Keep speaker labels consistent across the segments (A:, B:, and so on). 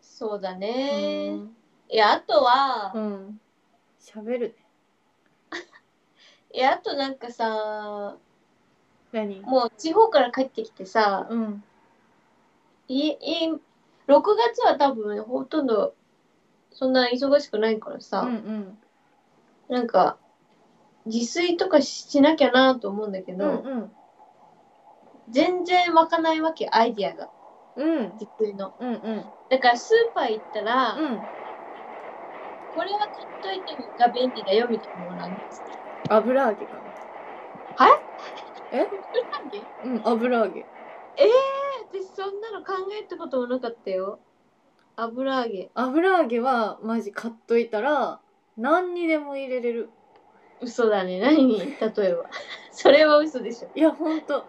A: そうだ
B: う
A: ね。
B: ん
A: いや、あとは、
B: うん喋る
A: いや、あとなんかさ、
B: 何
A: もう地方から帰ってきてさ、
B: うん
A: いい6月は多分ほとんどそんな忙しくないから
B: う
A: さ、
B: んうん
A: なんか自炊とかしなきゃなと思うんだけ
B: う
A: ど、
B: んうん
A: 全然湧かないわけアイディアが
B: うん
A: 自炊の
B: うんうん
A: だからスーパー行ったら、
B: うん
A: これは買っといてが便利だよみたいなものあるんです
B: 油揚げかな
A: はい
B: え
A: なんで
B: うん油揚げ
A: 私そんなの考えたこともなかったよ油揚げ
B: 油揚げはマジ買っといたら何にでも入れれる
A: 嘘だね何に例えば それは嘘でしょ
B: いやほんと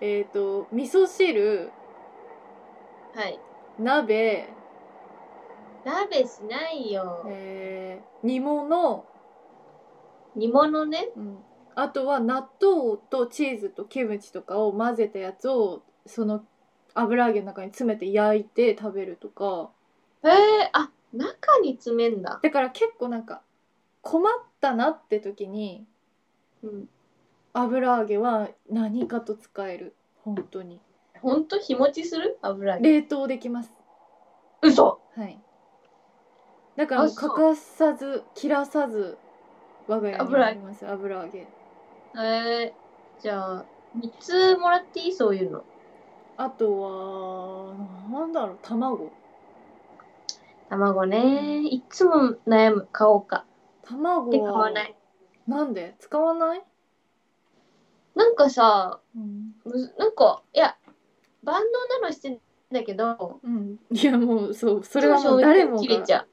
B: えっ、と味噌汁
A: はい
B: 鍋
A: 鍋しないよ、
B: えー煮物、
A: 煮物ね
B: あとは納豆とチーズとキムチとかを混ぜたやつをその油揚げの中に詰めて焼いて食べるとか
A: へえあ中に詰めんだ、
B: だから結構なんか困ったなって時に
A: うん、
B: 油揚げは何かと使える本当に
A: ほんと日持ちする油揚げ
B: 冷凍できます
A: 嘘
B: はいだからも
A: あ
B: う
A: そう
B: 欠かさず切らさず我が家にあります油揚げ
A: えー、じゃあ3つもらっていいそういうの
B: あとはなんだろう卵
A: 卵ねいつも悩む買おうかで
B: 卵
A: 買
B: は
A: わない
B: なんで使わない、
A: なんかさ
B: うん、
A: むずなんかいや万能なのしてんだけど
B: いやもうそうそれはもう誰も
A: いつ賞味期限切れ
B: が
A: ちゃ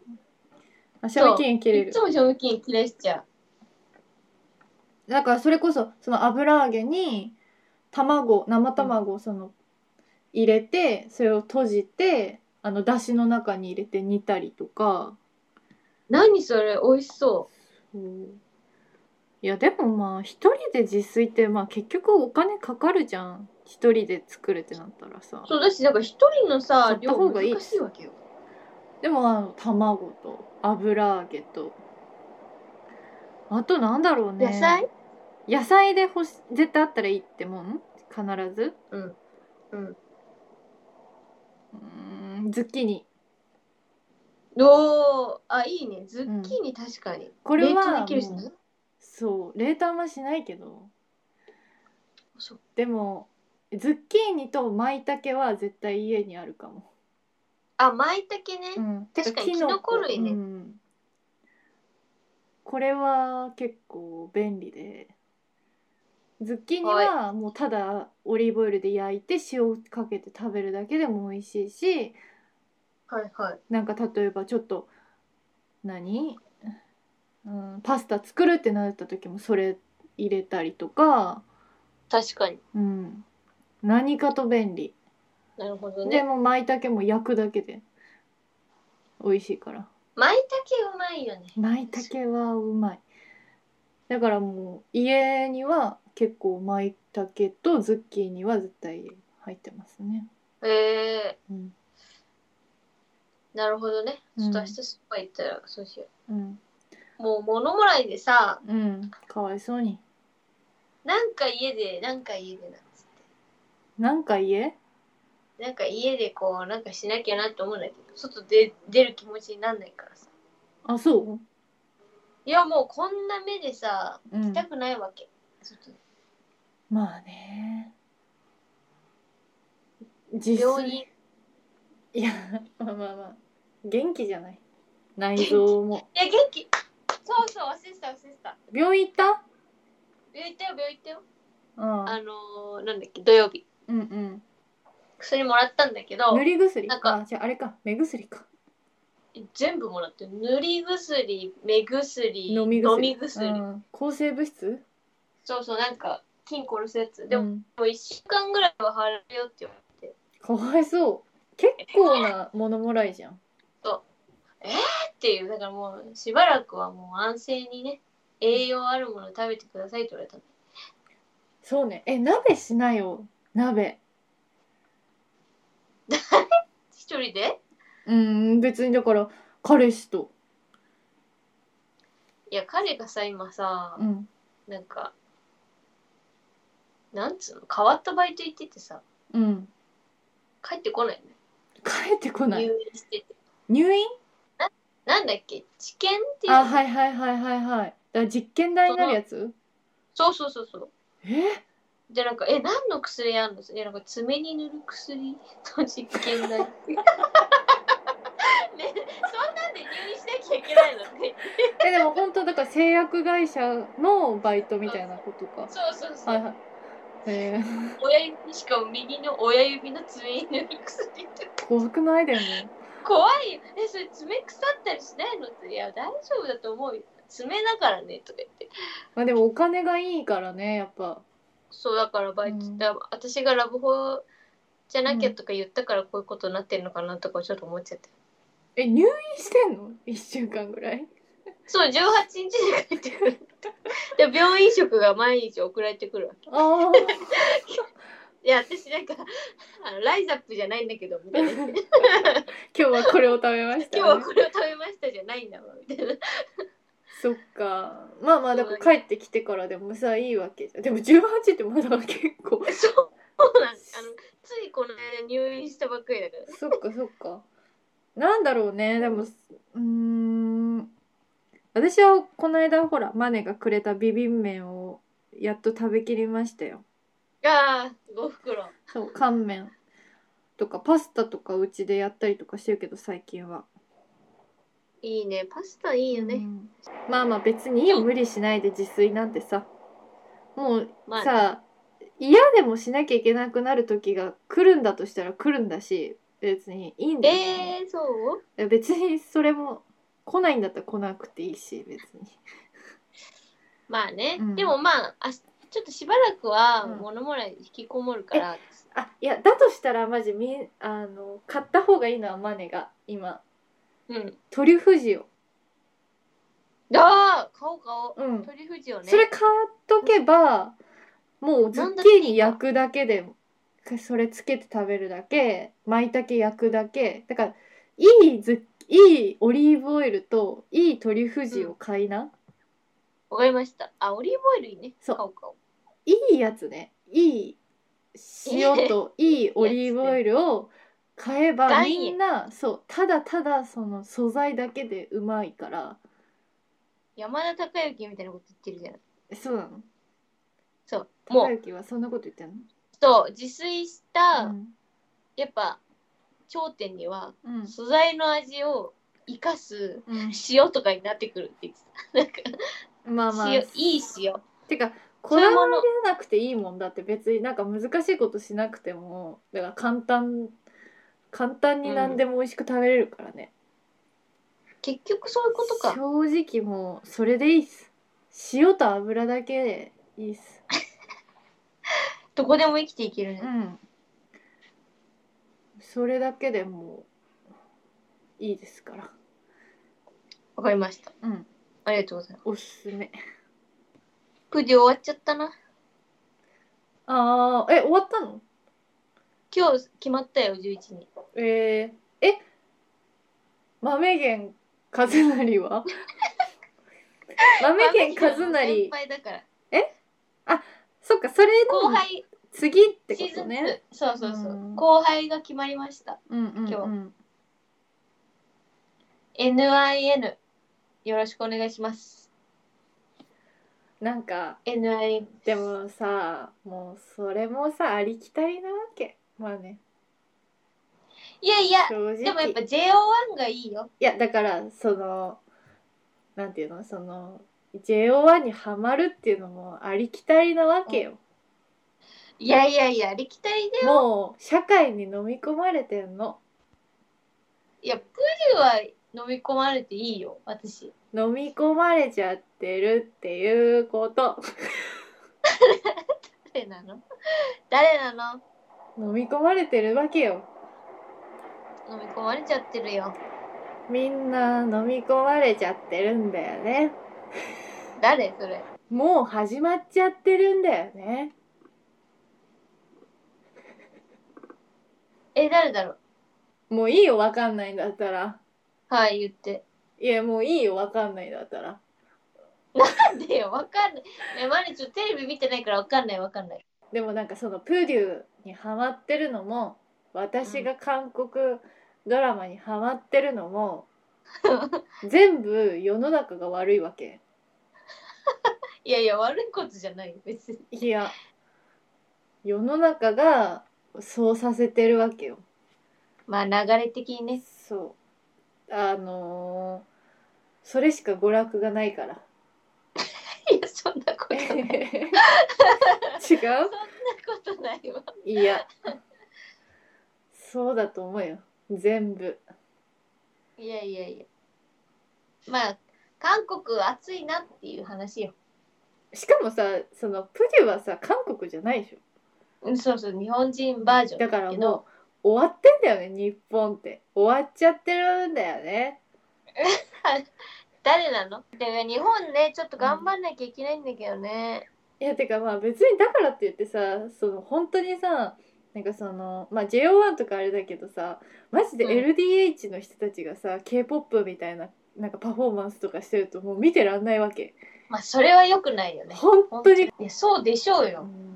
B: あ賞味期限切
A: う
B: れ
A: い
B: る
A: つも賞味期限切れしちゃ
B: だからそれこそその油揚げに卵生卵をその入れてそれを閉じてあのだしの中に入れて煮たりとか
A: う何それ美味しそ
B: いやでもまあ一人で自炊ってまあ結局お金かかるじゃん一人で作るってなったらさ
A: うそうだしだから一人の
B: 買
A: さ
B: った
A: 量
B: 方がいい
A: 難しいわけよ
B: でもあの卵と油揚げとあとなんだろうね
A: 野菜
B: 野菜で欲し絶対あったらいいってもん必ず
A: うんうん
B: うーんズッキーニ
A: どうあいいねズッキーニ確かに、
B: これは
A: 冷凍できるしね
B: もうそう冷凍あんましないけど
A: そう
B: でもズッキーニと舞茸は絶対家にあるかも、
A: あ舞茸ね、
B: ん、
A: 確かにキノコ類ね
B: んこれは結構便利でズッキーニはもうただオリーブオイルで焼いて塩かけて食べるだけでも美味しいし
A: はいはい
B: なんか例えばちょっと何、うん、パスタ作るってなった時もそれ入れたりとか、
A: 確かに
B: うん、何かと便利
A: なるほど
B: で
A: ね
B: もう舞茸も焼くだけで美味しいから
A: 舞茸うまいよね
B: 舞茸はうまいだからもう家には結構舞茸とズッキーニは絶対入ってますね、
A: え
B: うん
A: ー、なるほどね
B: うん
A: ちょっと明日スーパー行ったらそうしよ
B: うん
A: う、もう物もらいでさ
B: うん、かわいそうに
A: なんか家でなんか家でなんつっ
B: なんか家
A: てなんか家でこうなんかしなきゃなって思うんだけど外で出る気持ちになんないからさ
B: あそ
A: いやもうこんな目でさ
B: う、うん
A: 行き、たくないわけ、外で
B: まあね自
A: 病院
B: 炊いや まあまあまあ元気じゃない内 臓も
A: いや元気そうそう忘れてた忘れてた
B: 病院行った
A: 病院行ったよ病院行ったよ
B: あ
A: あのー、なんだっけ土曜日
B: うんうん
A: 薬もらったんだけど
B: 塗り薬
A: なんか
B: あじゃああれか目薬か
A: 全部もらってる塗り薬目薬
B: 飲み薬
A: 薬
B: うん抗生物質
A: そうそうなんか菌殺すやつでも、
B: うん
A: もう1週間ぐらいは払うよって言われて
B: かわいそう結構なものもらいじゃん
A: っていうだからもうしばらくはもう安静にね栄養あるもの食べてくださいって言われたの
B: そうねえ鍋しなよ鍋
A: 一人で
B: うん別にだから彼氏と
A: いや彼がさ今さ
B: うん
A: なんかなんつうの変わったバイト行っててさ
B: うん
A: 帰ってこないよね
B: 帰ってこな
A: 入
B: い
A: 院してて
B: 入院
A: なんだっけ治験っていう
B: あはいはいはいはいはいだから実験台になるやつ
A: そうそうそうそう
B: え
A: でなんか「え何の薬あんの?」えなんか爪に塗る薬の実 験だってねそんなんで入院しなきゃいけないのって
B: えでも本当だから製薬会社のバイトみたいなことか
A: そうそうそう、
B: はいはいえー、
A: 親指しかも右の親指の爪に塗る薬って
B: 怖くないでも
A: 怖いよえそれ爪腐ったりしないのっていや大丈夫だと思うよ爪だからねとか言って
B: まあでもお金がいいからねやっぱ
A: そうだからバイト、
B: うん
A: だ私がラブホじゃなきゃとか言ったからこういうことになってるのかなとかちょっと思っちゃって
B: え入院してんの1週間ぐらい
A: そう、18日で帰ってくる。で、病院食が毎日送られてくるわけ。
B: あ
A: いや、私なんか、あのライザップじゃないんだけど、み
B: あ
A: たいな。
B: 今日はこれを食べました、ね、
A: 今日はこれを食べましたじゃないんだわ、みたいな。
B: そっかまあまあだから帰ってきてからでもさいいわけじゃんでも18ってまだ結構
A: そう。そうなんあのついこの間入院したばっかりだから
B: そっかそっかなんだろうねでもうーん私はこの間ほらマネがくれたビビン麺をやっと食べきりましたよ。
A: ああー、5袋。
B: そう乾麺とかパスタとかうちでやったりとかしてるけど最近はい
A: いね、パスタいいよ
B: う
A: ね。
B: んまあまあ別にいいよ無理しないで自炊なんてさもう
A: まあ、
B: さ嫌でもしなきゃいけなくなる時が来るんだとしたら来るんだし別にいいんだよ、ね
A: えー、そう
B: いや別にそれも来ないんだったら来なくていいし別に
A: まあね、
B: うん
A: でもまあ、あしちょっとしばらくは
B: うん
A: 物もらい引きこもるから、
B: あいやだとしたらマジみあの買った方がいいのはマネが今
A: うん。
B: トリュフ塩、
A: ああ、買おう買おう。
B: うん
A: トリュフ塩ね。
B: それ買っとけばもうズッキーニ焼くだけでそれつけて食べるだけ舞茸焼くだけだからいいズッいいオリーブオイルといいトリュフ塩買いな、
A: わかりました。あ、オリーブオイルいいね。
B: そう
A: 買おう買おう。
B: いいやつねいい塩といいオリーブオイルを買えば
A: 岩塩
B: みんなそうただただその素材だけでうまいから
A: 山田孝之みたいなこと言ってるじゃない。
B: えそうなの
A: そう。も
B: 高
A: う、
B: 之はそんなこと言ってんの
A: そう、自炊した、
B: うん
A: やっぱ、頂点には、
B: うん
A: 素材の味を生かす
B: う
A: 塩とかになってくるって言ってた。 なんか、
B: ん、まあまあ
A: 塩、いい塩。
B: てかこ
A: そうい
B: だ
A: う
B: わ
A: も
B: ら
A: の。
B: なくていいもんだって別になんか難しいことしなくてもだから簡単簡単に何でも美味しく食べれるからね、
A: 結局そういうことか。
B: 正直もうそれでいいっす塩と油だけでいいっす
A: どこでも生きていけるね。
B: うんそれだけでもういいですから
A: わかりました。
B: うん
A: ありがとうございます。
B: おすすめ
A: プディ終わっちゃったな。
B: あーえ終わったの
A: 今日決まったよ、11に。
B: えー、え豆源和成 は豆源和
A: 先
B: 成
A: 輩だから。
B: そっかそれ
A: 後
B: の
A: 輩、
B: 次って
A: シ
B: こ
A: ーズ
B: と
A: ン
B: ね
A: 2。そうそうそうう。
B: ん
A: 後輩が決まりました。
B: うんうん
A: 今
B: うん、
A: NIN よろしくお願いします
B: なんか
A: NIN
B: でもさもうそれもさありきたりなわけまあね
A: いやいや
B: 正直
A: でもやっぱ JO1 がいいよ
B: いやだからそのなんていうのその JO1 にハマるっていうのもありきたりなわけよ、
A: いやいやいやありきたりで
B: もう社会に飲み込まれてんの
A: いやプリは飲み込まれていいよ私
B: 飲み込まれちゃってるっていうこと
A: 誰なの誰なの
B: 飲み込まれてるわけよ
A: 飲み込まれちゃってるよ
B: みんな飲み込まれちゃってるんだよね
A: 誰それ
B: もう始まっちゃってるんだよね
A: え誰だろう
B: もういいよ、わかんないんだったら。
A: はい、言って。
B: いや、もういいよ、わかんないんだったら。
A: なんでよ、わかんない。ね、マリちょっとテレビ見てないからわかんないわかんない。
B: でもなんかそのプデューにハマってるのも私が韓国ドラマにハマってるのも、全部世の中が悪いわけ
A: いやいや、悪いことじゃないよ、別に。
B: いや世の中がそうさせてるわけよ
A: まあ、流れ的にね。
B: そうあのーそれしか娯楽がないから
A: いや、そんなことない。そんな
B: 違う
A: ことないわ。
B: いやそうだと思うよ全部
A: いやいやいや。まあ、韓国暑いなっていう話よ。
B: しかもさそのプデュはさ韓国じゃないでし
A: うん、そうそう、日本人バージョ
B: ょ
A: ン
B: だから
A: けど
B: もう終わってんだよね日本って終わっちゃってるんだよね
A: 誰なので日本ねちょっと頑張んなきゃいけないんだけどね、
B: いやてかまあ別にだからって言ってさその本当にさなんかそのまあ JO1 とかあれだけどさマジで
A: うん
B: LDH の人たちがさ、k p o p みたいななんかパフォーマンスとかしてるともう見てらんないわけ
A: まあそれは良くないよね
B: 本当に、
A: いやそうでしょう
B: う
A: よ
B: ん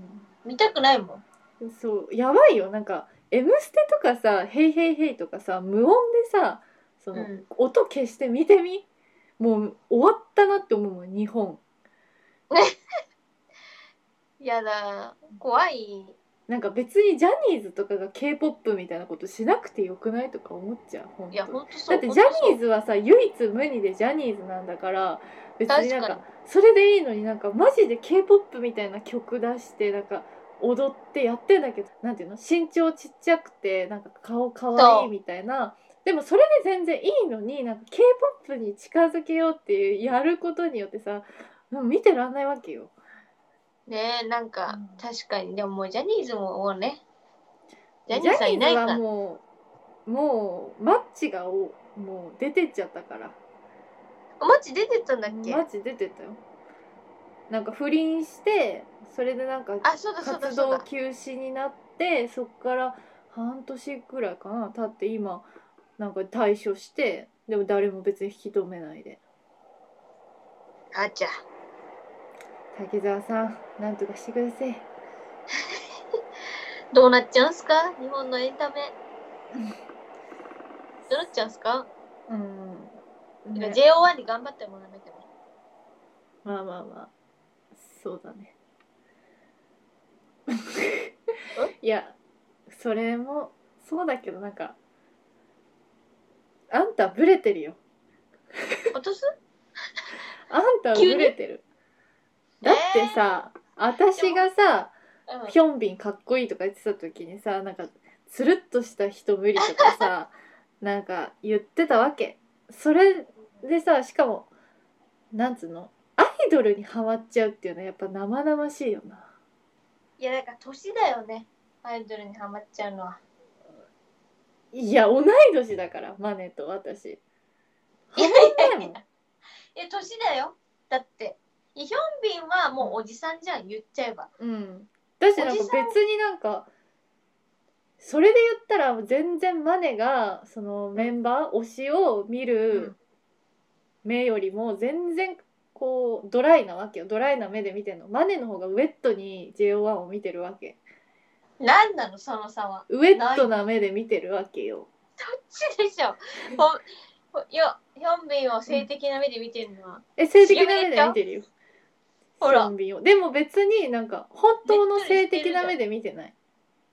A: 見たくないもん
B: そうやばいよなんか「M ステ」とかさ「ヘイヘイヘイ」とかさ無音でさその、
A: うん
B: 音消して見てみもう終わったなって思うもん日本
A: やだ怖い
B: なんか別にジャニーズとかが k p o p みたいなことしなくてよくないとか思っちゃう本
A: いや
B: 当
A: 本当そ
B: だ
A: う
B: ってジャニー
A: ズ
B: ズはさ唯一無二でジャニーズなんだから別になんか
A: 確か
B: それでいいのになんかマジで k p o p みたいな曲出してなんか踊ってやってんだけどなんていうの身長ちっちゃくてなんか顔かわいいみたいなでもそれで全然いいのになんか k p o p に近づけようっていうやることによってさうん見てらんないわけよ
A: ねえなんか、
B: うん
A: 確かにでももうジャニーズももうねジャ
B: ジャ
A: ニーズさんい
B: ニー
A: ない
B: ズ
A: から
B: はもうもうマッチがおもう出てっちゃったから
A: マジ出てったんだっけ
B: マジ出てたよなんか不倫してそれでなんか
A: あそうだそうだ
B: 活
A: そう
B: 動
A: だ
B: 休止になってそっから半年くらいかな経って今なんか対処してでも誰も別に引き止めないで
A: あちゃ
B: 滝沢さんなんとかしてください
A: どうなっちゃうんすか日本のエンタメどうなっちゃうんすか、
B: うん、
A: ね、
B: ね
A: JO1 に頑張ってもらわなきゃ
B: まあまあまあそうだねいやそれもそうだけどなんかあんたブレてるよ
A: 落とす
B: あんたはブレてるだってさ、私がさ
A: うん
B: ヒョンビンかっこいいとか言ってた時にさなんかつるっとした人無理とかさ なんか言ってたわけそれでさしかもなんつうのアイドルにハマっちゃうっていうのはやっぱ生々しいよない
A: やなんか年だよねアイドルにハマっちゃうのはい
B: や同い年だからマネと私ハマんないもん
A: え年だよだってイ・ヒョンビンはもうおじさんじゃん言っちゃえば
B: うんだしなんか別になんかそれで言ったら全然マネがそのメンバー推しを見る目よりも全然こうドライなわけよドライな目で見てんのマネの方がウェットに JO1 を見てるわけ
A: 何なのその差は
B: ウェットな目で見てるわけよ
A: こっちでしょほんほよヒョンビンを性的な目で見てるのは、
B: え性的な目で見てるよ
A: ほら
B: ヒョンビンをでも別になんか本当の性的な目で見てない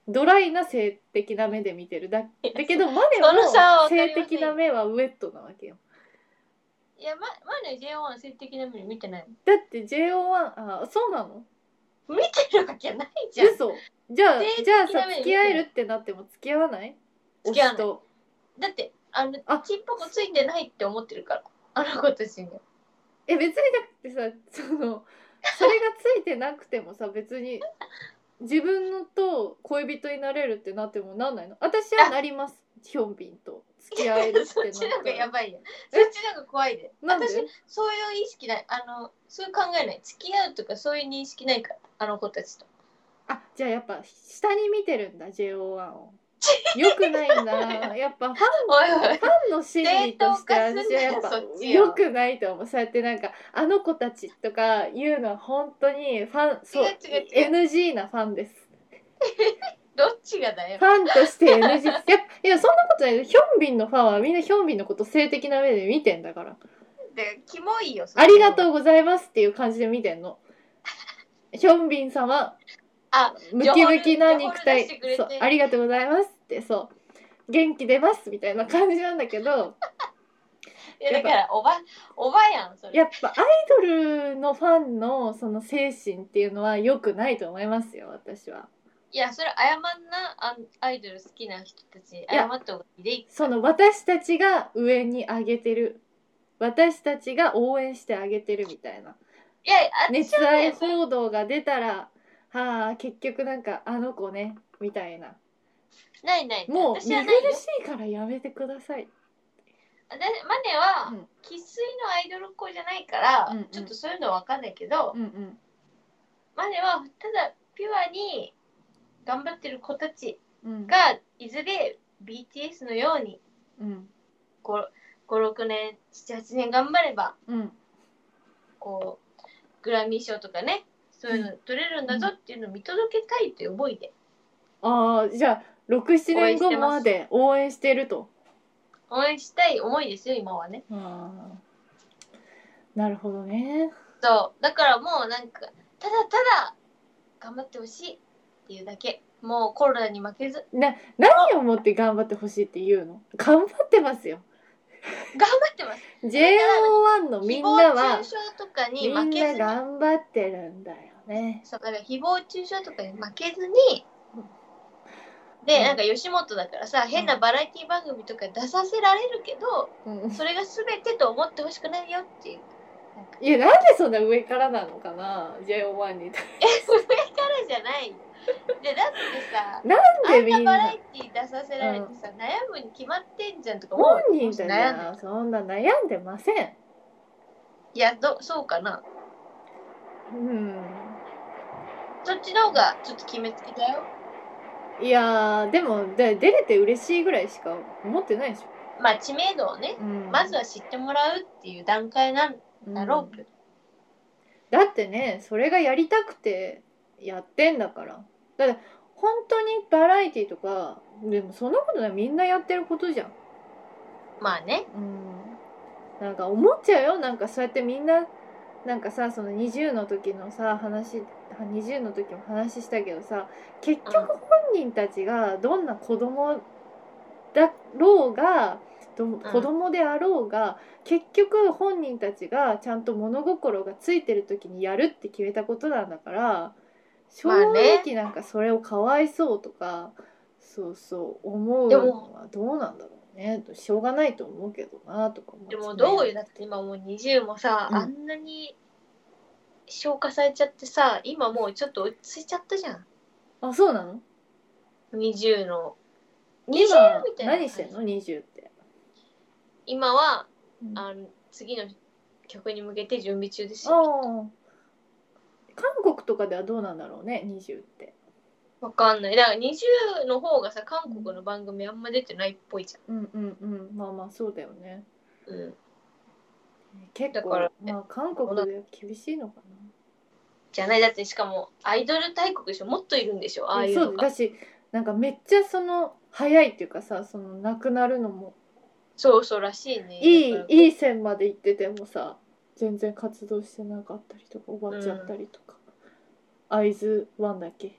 B: ドライな性的な目で見てるだ
A: いや
B: だけどマネは
A: その差は分かりま
B: 性
A: せん
B: 的な目はウェットなわけよ
A: いやままだ JO1 は性的な目で見てない
B: だって JO1 あそうなの
A: 見てるわけないじゃん
B: 嘘じゃあ
A: 性的
B: じゃ
A: な
B: あさ
A: 目で見てる
B: 付き合えるってなっても付き合わない
A: 付き合わない
B: 推しと
A: だってあの
B: あ
A: ちんぽこついてないって思ってるからあの子たちには
B: え別にだってさそのそれがついてなくてもさ別に自分のと恋人になれるってなってもなんないの私はなりますヒョンビンと付き合えるって
A: そっ
B: な
A: ちの
B: っ
A: 方が
B: た
A: や
B: ら
A: ばいやん
B: え
A: そっちの方が怖いで
B: なんで
A: 私そういう意識ないあのそういう考えない付き合うとかそういう認識ないからあの子たちと
B: あじゃあやっぱ下に見てるんだ JO1 を良くない んだ。やっぱファン
A: おいおい
B: ファンの心理として私はやっぱ
A: 正当化すんなよそっちよ
B: 良くないと思う。そうやってなんかあの子たちとか言うのは本当にファンそう
A: 違う違
B: NG なファンです。
A: どっちがだよ
B: ファンとし て NG いやいやそんなことないヒョンビンのファンはみんなヒョンビンのこと性的な目で見てんだから
A: でキモいよ
B: ありが
A: う
B: とうございますっていう感じで見てんのヒョンビン様
A: あ
B: ムキムキな肉体
A: 情報出して
B: そ
A: く
B: う
A: れて
B: ありがとうございますってそう元気出ますみたいな感じなんだけど
A: いやだからおばおばやんそれ
B: やっぱアイドルのファンのその精神っていうのは良くないと思いますよ私はい
A: やそれ謝んなあんアイドル好きな人たちに謝った方がいいでいい
B: その私たちが上に上げてる私たちが応援してあげてるみたいない
A: や
B: 熱
A: 私は
B: 愛
A: ね
B: 報道が出たらはあ結局なんかあの子ねみたいな
A: ないない
B: もう見
A: 私
B: 苦し
A: はないよ
B: いからやめてください
A: あだマネは
B: うん
A: 生粋、のアイドルっ子じゃないから、
B: うんうん
A: ちょっとそういうのわかんないけど、
B: うんうん
A: マネはただピュアに頑張ってる子たち
B: うん
A: がいずれ BTS のように
B: うん
A: 56年78年頑張れば
B: うん
A: こうグラミー賞とかねそういうの取れるんだぞっていうのを見届けたいという思いで
B: ああじゃあ67年後まで応援してると
A: 応援したい思いですよ今はね
B: あーなるほどね
A: そうだからもうなんかただただ頑張ってほしいっていうだけもうコロナに負けず
B: 何をもって頑張ってほしいって言うの頑張ってますよ
A: 頑張ってます
B: JO1 のみんな
A: 誹謗
B: は
A: 中傷とか
B: み
A: に負
B: ん
A: けず
B: な
A: に
B: 頑張ってるんだよね
A: そうだから誹謗中傷とかに負けずに
B: うん
A: でなんか吉本だからさ変なバラエティ番組とか出させられるけど
B: うん
A: それが全てと思ってほしくないよっていう
B: いやなんでそんな上からなのかな JO1 に対し
A: え上からじゃないよでだってさあ
B: て
A: ん
B: み
A: なんバラ
B: な
A: エティ出させられてさ、悩むに決まってんじゃんとか思う
B: 本人
A: もし
B: たち
A: 悩んで
B: はそんな悩んでません
A: いやどそうかな
B: うん
A: そっちの方がちょっと決めつけだよ
B: いやーでもで出れて嬉しいぐらいしか思ってないでしょ、
A: まあ知名度をね
B: うん
A: まずは知ってもらうっていう段階なんだろうけど、
B: だってねそれがやりたくてやってんだからだって本当にバラエティとかでもそんなことないみんなやってることじゃん、
A: まあね
B: うん、なんか思っちゃうよなんかそうやってみんななんかさその20の時のさ話20の時も話したけどさ結局
A: うん
B: 本人たちがどんな子供だろうがど子供であろうが、結局本人たちがちゃんと物心がついてる時にやるって決めたことなんだから正
A: まあね
B: 直なんかそれをかわいそうとか、そうそう思うのはどうなんだろうねしょうがないと思うけどなとか思
A: でもどうよ
B: う
A: だって今もう20もさ、
B: うん
A: あんなに消化されちゃってさ今もうちょっと落ち着いちゃったじゃん
B: あそうなの
A: 20の20み
B: 今
A: たいな
B: 何してんの20って、
A: 今は
B: うんあ
A: あの次の曲に向けて準備中ですよ
B: ー韓国とかではどうなんだろうね20って
A: わかんないだから20の方がさ韓国の番組あんま出てないっぽいじ
B: うんうんうんまあまあそうだよね
A: ゃん、うん、
B: 結
A: だ
B: 構
A: か、ら
B: まあ、韓国では厳しいのかな
A: じゃないだってしかもアイドル大国でしょもっといるんでしょああいう
B: そ
A: の
B: う
A: が
B: だしなんかめっちゃその早いっていうかさその亡くなるのも
A: そうそうらしいね
B: いい
A: だから
B: いい線まで行っててもさ全然活動してなかったりとか終わっちゃったりとか、会津ワンだっけ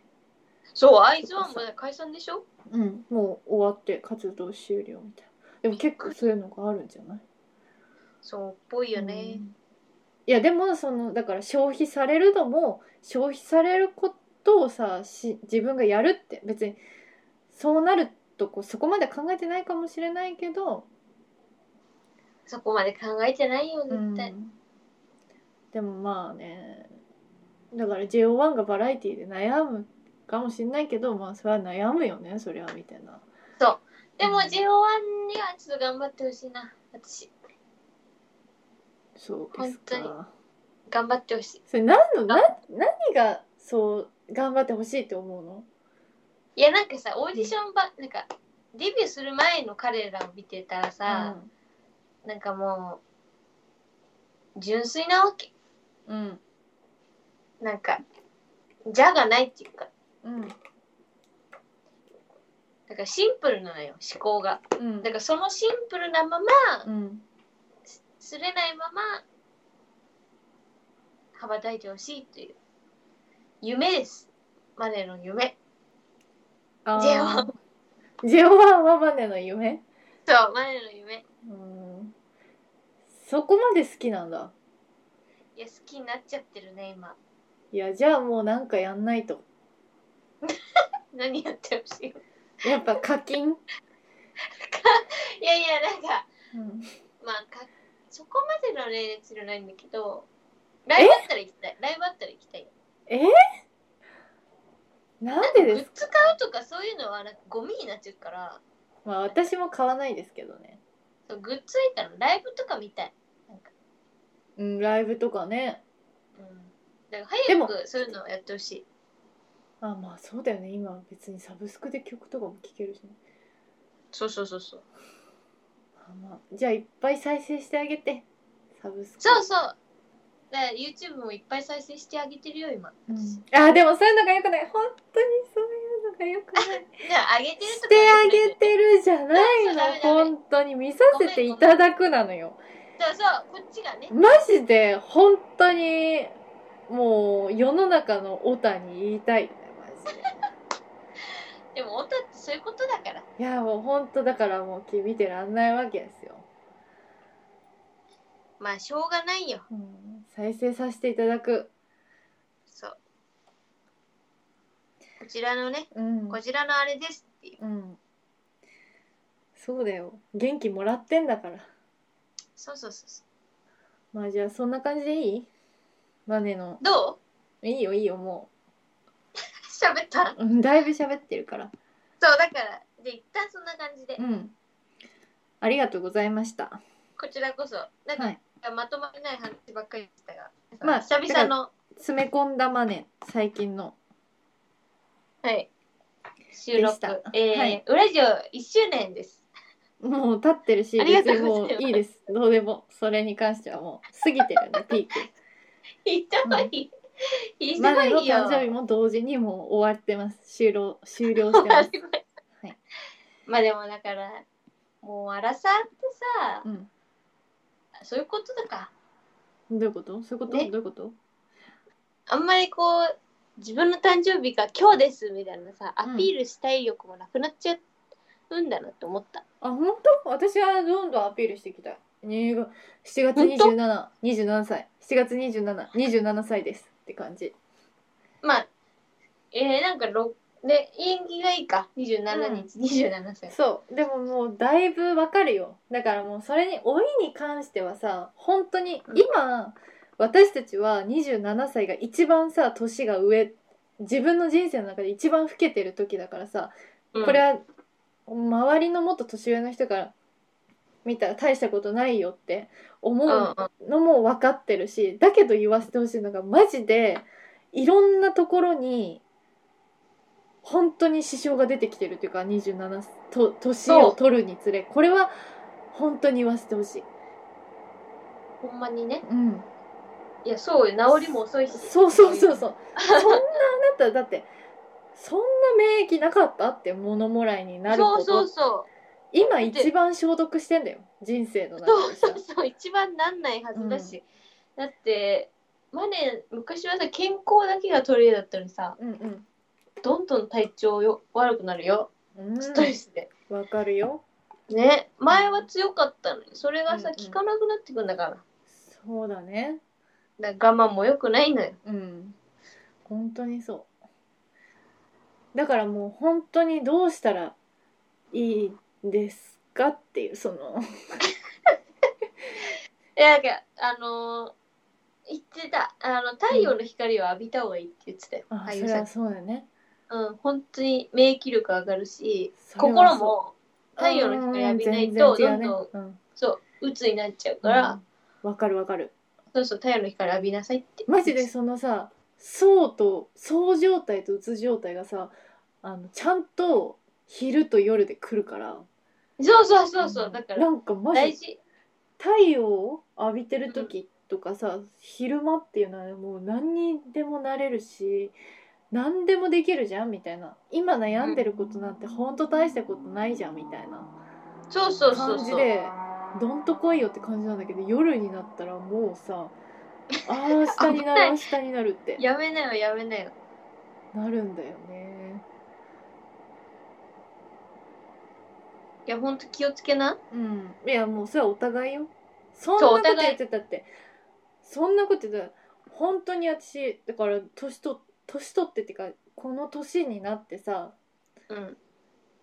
A: そうアイズワンも解散でしょ
B: うんもう終わって活動終了みたいなでも結構そういうのがあるんじゃない
A: そうっぽいよね、
B: うんいやでもそのだから消費されるのも消費されることをさし自分がやるって別にそうなるとこそこまで考えてないかもしれないけど、
A: そこまで考えてないよ絶対、
B: うんでもまあねだから JO1 がバラエティで悩むかもしれないけどまあそれは悩むよねそりゃみたいな
A: でも
B: うん
A: JO1 にはちょっと頑張ってほしいな私
B: そうです
A: 本当
B: か
A: 頑張ってほしい
B: それ何のな何がそう頑張ってほしいって思うの
A: いやなんかさオーディションばなんかデビューする前の彼らを見てたらさ、なんかもう純粋なわけ
B: うん
A: なんか邪がないっていうか
B: うん
A: だからシンプルなのよ思考が
B: うん
A: だからそのシンプルなまま
B: うん
A: すれないまま羽ばたいてほしいという夢ですマネの夢
B: あー
A: J1
B: J1 はマネの夢
A: そうマネの夢
B: うんそこまで好きなんだ
A: いや好きになっちゃってるね今
B: いやじゃあもうなんかやんないと
A: 何やってほしい
B: やっぱ課金、
A: いやいやなんか
B: うん、
A: まあかそこまでの年齢じゃないんだけどライブあったら行きたいライブあったら行きたい
B: なんで
A: グ
B: で
A: ッ
B: す
A: ズ
B: か
A: 買うとかそういうのはなんかゴミになっちゃうから
B: まあ私も買わないですけどね
A: そうグッズいたらライブとか見たい、
B: うんライブとかね
A: うん、だか
B: で
A: ら早
B: も
A: くそういうのをやってほしい
B: あまあそうだよね今別にサブスクで曲とかも聴けるしね
A: そうそうそうそう
B: あまあじゃあいっぱい再生してあげてサブスク
A: そうそうだから YouTube もいっぱい再生してあげてるよ今
B: う
A: 私
B: ん、あでもそういうのがよくない本当にそういうのがよくない
A: じゃあ上げてる
B: し
A: と
B: て
A: か
B: あげてるじゃない
A: そうダ
B: の
A: メダメ
B: 本当に見させていただくなのよ
A: そうそうこっちがね
B: マジで本当にもう世の中のオタに言いたいマジで
A: でも音ってそういうことだから
B: いやもう本当だからもう君見てらんないわけですよ、
A: まあしょうがないよ
B: うん、再生させていただく
A: そうこちらのね
B: うん、
A: こちらのあれですっていう
B: うん、そうだよ元気もらってんだから
A: そうそうそうそ
B: まあじゃあそんな感じでいいマネの
A: うどう
B: いいよいいよも
A: 喋った
B: う、うん、だいぶ喋ってるから
A: そうだからで一旦そんな感じで
B: うんありがとうございました
A: こちらこそなん
B: はい
A: かまとまれない話ばっかりでしたが、
B: まあ
A: 久々の、
B: 詰め込んだマネ最近の
A: はい、収録
B: でした
A: えー
B: はい
A: ウラジオ1周年です
B: もう立ってるし
A: ありが
B: 別
A: とう
B: に
A: ご
B: も
A: ざいます
B: ういいですどうでもそれに関してはもう過ぎてるんでピーク
A: ひどい、 ひど
B: マネの
A: いよ
B: 誕生日も同時にもう終わってます終了終了して
A: 終 わ
B: ます
A: りました
B: はい
A: まあでもだからもうあらさってさ
B: うん
A: そういうこととか
B: どういうことそういうこと、
A: ね
B: どういうこと
A: あんまりこう自分の誕生日が今日ですみたいなさア
B: うん
A: ピールしたい欲もなくなっちゃうんだなって思った、
B: あ本当私はどんどんアピールしていきたいに7月
A: 本当
B: 2727歳7月2727歳ですって感じ
A: まあえー、なんかろで縁起がいいか27日、27歳
B: そうでももうだいぶわかるよだからもうそれに老いに関してはさ本当に
A: うん
B: 今、私たちは27歳が一番さ年が上自分の人生の中で一番老けてる時だからさこれは周りのもっと年上の人から見たら大したことないよって思
A: うん、うん
B: うのも分かってるしだけど言わせてほしいのがマジでいろんなところに本当に支障が出てきてるというか27と年を取るにつれこれは本当に言わせてほしい、
A: ほんまにね
B: うん、
A: いやそうよ治りも遅いし
B: そうそうそうそうそんなあなただってそんな免疫なかったって物もらいになるほ
A: そ
B: ど
A: うそうそ
B: 今一番消毒してんだよ人生の
A: う
B: 中
A: そう
B: でさ
A: そうそう一番なんないはずだし、だってマネ昔はさ健康だけが取り柄だったのにさ
B: うんうん
A: どんどん体調よ悪くなるよ
B: うん
A: ストレスで、
B: わかるよ
A: ね前は強かったのにそれがさ
B: うんうん
A: 効かなくなってくんだから
B: そうだね
A: だから我慢も良くないのよ
B: うん本当にそうだからもう本当にどうしたらいいですかっていうその
A: いやなんかあのー言ってたあの太陽の光を浴びた方がいいって言ってたよ、
B: あ
A: 俳
B: そ
A: 優
B: れ
A: さ
B: は
A: ん
B: そうだね
A: うん本当に免疫力上がるし
B: それは
A: 心
B: そう
A: も太陽の光浴びない
B: うん
A: とど
B: 全然違うんね
A: どん
B: うん
A: そう鬱になっちゃうから、
B: うんわかるわかる
A: そうそう太陽の光浴びなさいって
B: マジでそのさ層と層状態とうつ状態がさあのちゃんと昼と夜で来るから
A: そうそうそうそうだから
B: なんかマ
A: 大
B: ジ
A: 事
B: 太陽を浴びてる時とかさ、昼間っていうのはもう何にでもなれるし何でもできるじゃんみたいな今悩んでることなんてほんと大したことないじゃんみたいな
A: そうそうそう
B: 感じ
A: そう
B: でどんと来いよって感じなんだけど夜になったらもうさあー明日になる明日になるって
A: やめなよやめなよ
B: なるんだよね
A: いやほんと気をつけな
B: うんいやもうそれはお互いよそんなこと
A: お互い
B: 言ってたってそんなこと言ってたら本当に私だから年と年取ってっていうかこの年になってさ
A: うん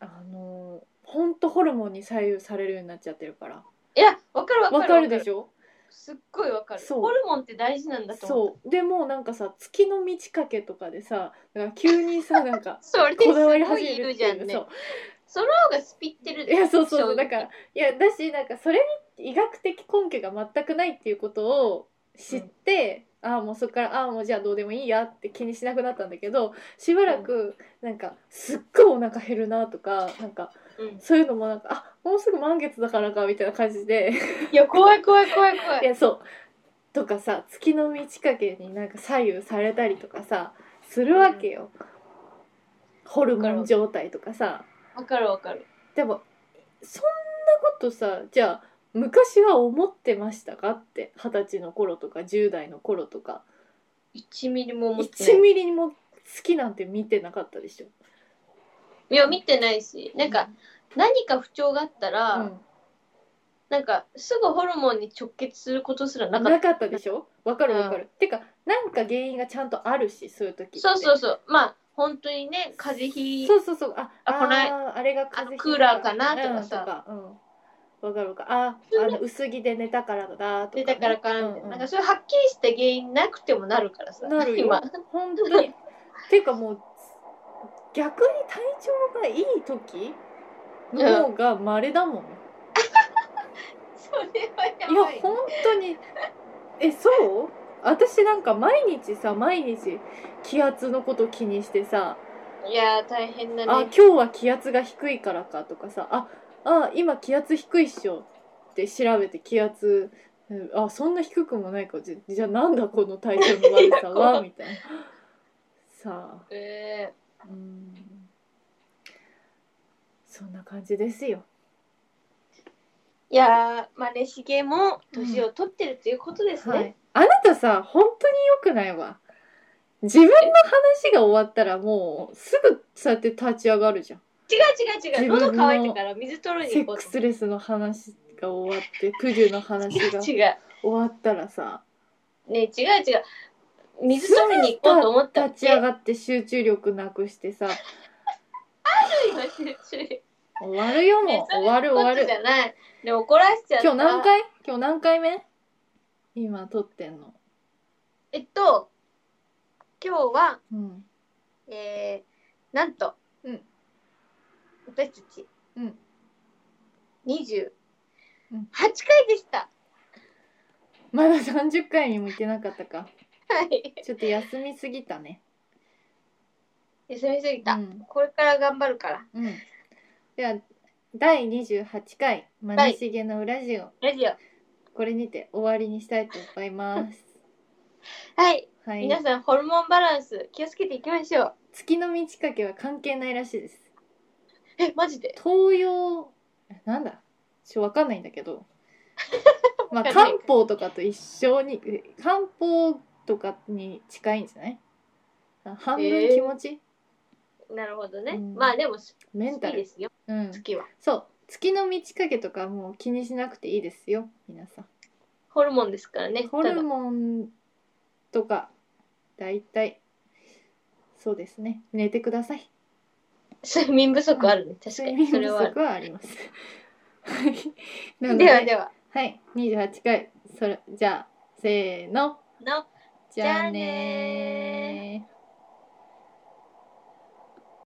B: あの本当ホルモンに左右されるようになっちゃってるから
A: いやわかるわかる
B: わかるでし
A: ょ
B: ょ
A: すっごいわかる
B: そう
A: ホルモンって大事なんだと思う
B: そうでもうなんかさ月の満ち欠けとかでさだから急にさな んか
A: それってす
B: こだ
A: ご
B: わり
A: い
B: 始め
A: い
B: る
A: る
B: って
A: じゃ
B: いうん
A: ね
B: そう
A: その方がスピってる
B: いやそうそうそ
A: 正
B: うだ
A: 直
B: からいやだしなんかそれに医学的根拠が全くないっていうことを知って、ああもうそっからああもうじゃあどうでもいいやって気にしなくなったんだけどしばらくなんかすっごいお腹減るなとかなんか
A: うん
B: そういうのもなんかあもうすぐ満月だからかみたいな感じで
A: いや怖い怖い怖い怖
B: い
A: い
B: やそうとかさ月の満ち欠けになんか左右されたりとかさするわけよ、ホルモン状態とかさ。
A: わかるわかる
B: でもそんなことさじゃあ昔は思ってましたかって二十歳の頃とか10代の頃とか
A: 1ミリも思って
B: 1
A: ない
B: ミリも好きなんて見てなかったでしょ。
A: いや見てないしなんか何か不調があったら、
B: うん
A: なんかすぐホルモンに直結することすらなかっ
B: なかったでしょわかるわかる。てかなんか原因がちゃんとあるしそういう時って
A: たそうそうそうまあ本当にね風邪ひ
B: そうそうそうあ
A: あこない
B: あーあれが風邪ひい
A: あのクーラーかなとかさ
B: うんとかうんわかるわかるああ の薄着で寝たからだとかね、
A: 出たからか
B: う
A: らみ
B: ん
A: たいな,、
B: うん
A: なんかそういうはっきりした原因なくてもなるからさ
B: なるよ
A: 今
B: 本当にっていうかもう逆に体調がいい時の方が稀だもん、
A: それはや
B: いや
A: ばい
B: 本当にえそう私なんか毎日さ毎日気圧のこと気にしてさ、
A: いやー大変だ
B: あ
A: ね
B: 今日は気圧が低いからかとかさああ今気圧低いっしょって調べて気圧うんあそんな低くもないかじゃじゃあなんだこの体調の悪さ
A: いや怖
B: はいみたいなさあ
A: え
B: うんそんな感じですよ。
A: ーいやーまあレシゲも年を取ってるということですね、
B: はい。あなたさ、本当に良くないわ。自分の話が終わったらもうすぐそうやって立ち上がるじゃん。
A: 違う違う違う
B: 自
A: 喉
B: 分の
A: 乾いてから水取る
B: セ
A: に行
B: ッ
A: こう
B: ク
A: と
B: スレスの話が終わって、プジュの話が終
A: 違う
B: わったらさ、
A: ね違う違う水取りに行こうと思った
B: 立ち上がって集中力なくしてさ、 終わるよもう。終わる終わ
A: こと
B: る
A: じ。ゃないで怒らせちゃった
B: 今日何回今日何回目今撮ってんの。
A: えっと今日は
B: うん。
A: えー、なんと、
B: うん
A: 私たち、
B: うん
A: 28
B: うん
A: 回でした、
B: まだ30回にも行けなかったか。
A: はい
B: ちょっと休みすぎたね。
A: 休みすぎた、
B: うん
A: これから頑張るから
B: うん。では、第28回、まなしげのラジオ、
A: ラジオ
B: これにて終わりにしたいと思います。
A: はい、
B: はい。
A: 皆さんホルモンバランス気をつけていきましょう
B: 月の満ち欠けは関係ないらしいです。
A: えマジで
B: 東洋、えなんだちょ、わかんないんだ けど。まあ、
A: わかんない
B: 漢方とかと一緒に、え漢方とかに近いんじゃないあ半分気持ち、
A: なるほどね、
B: うん
A: まあでもス
B: メンタ
A: いで
B: ル。
A: すよ
B: うん。
A: 月は
B: そう。月の満ち欠けとかもう気にしなくていいですよ、皆さん。
A: ホルモンですからね
B: ホル
A: ン
B: モンとか大体そうですね寝てください
A: 睡眠不足あるね確か
B: 睡
A: に
B: 眠
A: それ
B: 不
A: はある
B: 足はあり ますはいなので
A: ではでは
B: はい28回それじゃあせーの
A: の
B: じゃあねー